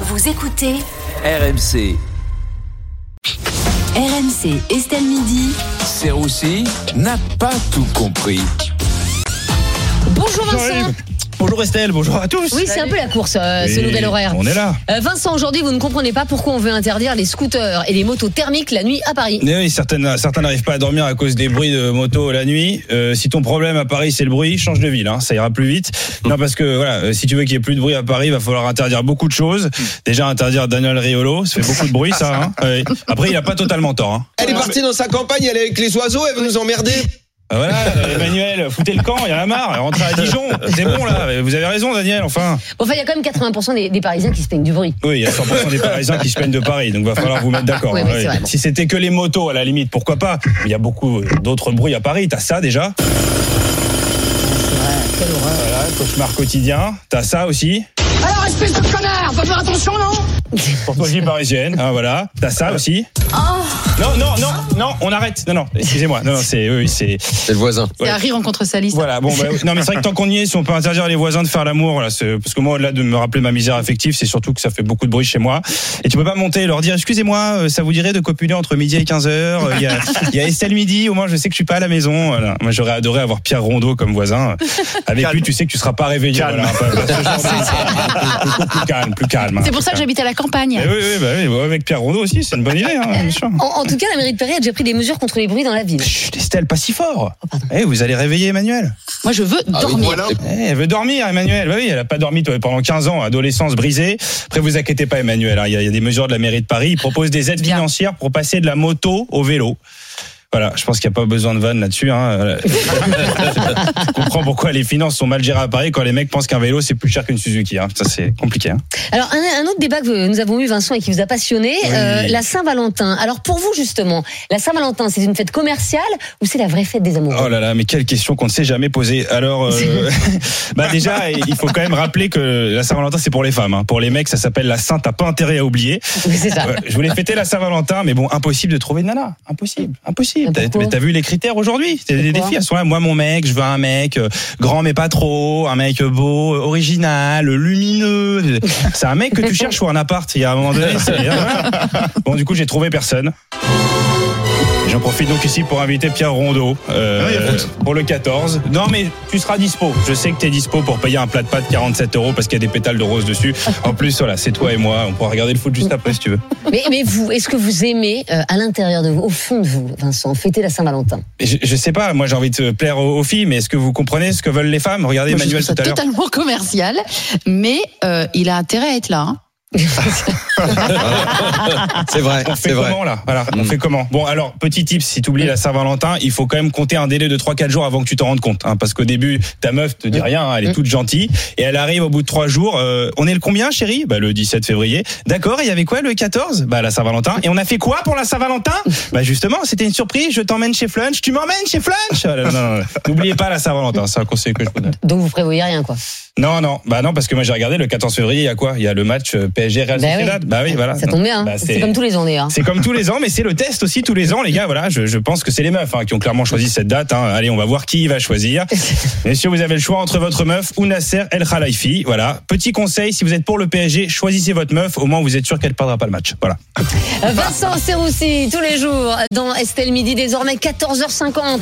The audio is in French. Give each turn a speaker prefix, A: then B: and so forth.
A: Vous écoutez
B: RMC,
A: RMC Estelle Midi.
B: Serroussi n'a pas tout compris.
C: Bonjour Vincent.
D: J'arrive. Bonjour Estelle, bonjour à tous.
C: Oui, c'est un peu la course, euh, ce
D: Et
C: nouvel horaire.
D: On est là.
C: Euh, Vincent, aujourd'hui, vous ne comprenez pas pourquoi on veut interdire les scooters et les motos thermiques la nuit à Paris.
D: Mais Eh oui, certaines, certains n'arrivent pas à dormir à cause des bruits de moto la nuit. Euh, si ton problème à Paris c'est le bruit, change de ville, hein, ça ira plus vite. Non parce que voilà, euh, si tu veux qu'il y ait plus de bruit à Paris, il va falloir interdire beaucoup de choses. Déjà interdire Daniel Riolo, ça fait beaucoup de bruit ça. hein. Ouais. Après il a pas totalement tort. hein.
E: Elle est partie dans sa campagne, elle est avec les oiseaux, elle va nous emmerder.
D: Euh, Voilà, euh, Emmanuel, foutez le camp, il y en a marre, rentrez à Dijon, c'est bon là. Vous avez raison Daniel, enfin.
C: Bon, enfin, il y a quand même 80% des, des Parisiens qui se plaignent du bruit.
D: Oui, il y a 100% des Parisiens qui se plaignent de Paris, donc va falloir vous mettre d'accord.
C: Oui, oui, c'est vrai.
D: Si c'était que les motos, à la limite, pourquoi pas Mais Il y a beaucoup d'autres bruits à Paris. T'as ça déjà,
C: Quelle horreur.
D: voilà, cauchemar quotidien. T'as ça aussi,
F: Alors, Ah, espèce de connard, faut faire attention, non
D: Portoisie parisienne. Ah, voilà, t'as ça aussi.
C: Oh.
D: Non, non, non, non, on arrête. Non, non, excusez-moi. Non, non, c'est oui, c'est
E: C'est le voisin.
D: Ouais.
G: C'est un rire en contre-saliste.
D: voilà. Bon, bah, non, mais c'est vrai que tant qu'on y est, si on peut interdire les voisins de faire l'amour, là, c'est- parce que moi, au-delà de me rappeler ma misère affective, c'est surtout que ça fait beaucoup de bruit chez moi. Et tu peux pas monter et leur dire, excusez-moi, euh, ça vous dirait de copuler entre midi et 15 heures. euh, Il y a, il y a Estelle midi. Au moins, je sais que je suis pas à la maison. Voilà. Moi, j'aurais adoré avoir Pierre Rondeau comme voisin. Avec lui, tu sais que tu seras pas réveillé. voilà. Pas- pas ce genre de- plus calme, plus calme. hein,
G: C'est pour ça que
D: plus calme.
G: j'habite à la campagne.
D: Eh oui, oui, bah oui, avec Pierre Rondeau aussi, c'est une bonne idée, hein, bien
G: Euh,
D: sûr.
C: En, en tout cas, la mairie de Paris a déjà pris des mesures contre les bruits dans la ville.
D: Chut, Estelle, pas si fort.
G: Oh,
D: Eh, vous allez réveiller Emmanuel.
G: Moi, je veux dormir.
D: Eh, elle veut dormir, Emmanuel. Bah oui, elle a pas dormi toi, pendant 15 ans, adolescence brisée. Après, vous inquiétez pas, Emmanuel. hein, Il y, a- il y a des mesures de la mairie de Paris. Ils proposent des aides
G: Bien.
D: financières pour passer de la moto au vélo. Voilà, je pense qu'il n'y a pas besoin de vanne là-dessus. Hein. Euh, je comprends pourquoi les finances sont mal gérées à Paris quand les mecs pensent qu'un vélo c'est plus cher qu'une Suzuki. Hein. Ça c'est compliqué. Hein.
C: Alors, un, un autre débat que nous avons eu, Vincent, et qui vous a passionné, euh, la Saint-Valentin. Alors, pour vous, justement, la Saint-Valentin, c'est une fête commerciale ou c'est la vraie fête des amoureux
D: Oh là là, mais quelle question qu'on ne s'est jamais posée. Alors, euh, bah déjà, il faut quand même rappeler que la Saint-Valentin c'est pour les femmes. Hein. Pour les mecs, ça s'appelle la Sainte. T'as pas intérêt à oublier.
C: Oui, c'est ça.
D: Ouais, je voulais fêter la Saint-Valentin, mais bon, impossible de trouver de nana. Impossible, impossible.
C: Mais
D: T'as-
C: Ah, pourquoi
D: Mais t'as vu les critères aujourd'hui C'est des
C: Pourquoi
D: défis. Elles sont là. Moi, mon mec, je veux un mec euh, grand mais pas trop, un mec beau, euh, original, lumineux. C'est un mec que tu cherches ou un appart. Il y a un moment donné. c'est- Bon, du coup, j'ai trouvé personne. J'en profite donc ici pour inviter Pierre Rondeau euh, pour le 14. Non mais tu seras dispo. Je sais que tu es dispo pour payer un plat de pâtes 47 euros parce qu'il y a des pétales de rose dessus. En plus, voilà, c'est toi et moi. On pourra regarder le foot juste après si tu veux.
C: Mais, mais vous, est-ce que vous aimez, euh, à l'intérieur de vous, au fond de vous, Vincent, fêter la Saint-Valentin
D: Mais Je, je sais pas, moi j'ai envie de plaire aux, aux filles, mais est-ce que vous comprenez ce que veulent les femmes Regardez
G: Moi, je
D: Emmanuel
G: trouve
D: tout
G: ça
D: à l'heure.
G: totalement commercial, mais euh, il a intérêt à être là. hein.
E: C'est vrai,
D: On fait
E: c'est vrai. Mm.
D: comment là Voilà, on fait comment Bon alors, petit tip, si tu oublies la Saint-Valentin, il faut quand même compter un délai de 3-4 jours avant que tu t'en rendes compte. hein, parce qu'au début, ta meuf
G: Mm.
D: te dit rien, hein, elle est toute gentille, et elle arrive au bout de 3 jours, euh, on est le combien chérie Bah le 17 février. D'accord, et il y avait quoi le 14 Bah la Saint-Valentin. Et on a fait quoi pour la Saint-Valentin Bah justement, c'était une surprise, je t'emmène chez Flunch, tu m'emmènes chez Flunch Ah, là, non, non, non. N'oubliez pas la Saint-Valentin, c'est un conseil que je vous donne.
C: Donc, vous prévoyez rien, quoi.
D: Non, non, bah non, parce que moi j'ai regardé le 14 février, il y a quoi Il y a le match euh, PSG Real
C: Bah
D: Sociedad.
C: oui.
D: Bah oui, voilà.
C: Ça tombe bien. hein.
D: Bah,
C: c'est comme tous les ans, d'ailleurs.
D: C'est comme tous les ans, mais c'est le test aussi tous les ans, les gars. Voilà, je, je pense que c'est les meufs hein, qui ont clairement choisi cette date. hein. Allez, on va voir qui va choisir. Messieurs, vous avez le choix entre votre meuf ou Nasser El Khalifi. Voilà. Petit conseil, si vous êtes pour le PSG, choisissez votre meuf. Au moins, vous êtes sûr qu'elle perdra pas le match. Voilà.
C: Vincent Serroussi, tous les jours, dans Estelle Midi, désormais 14h50.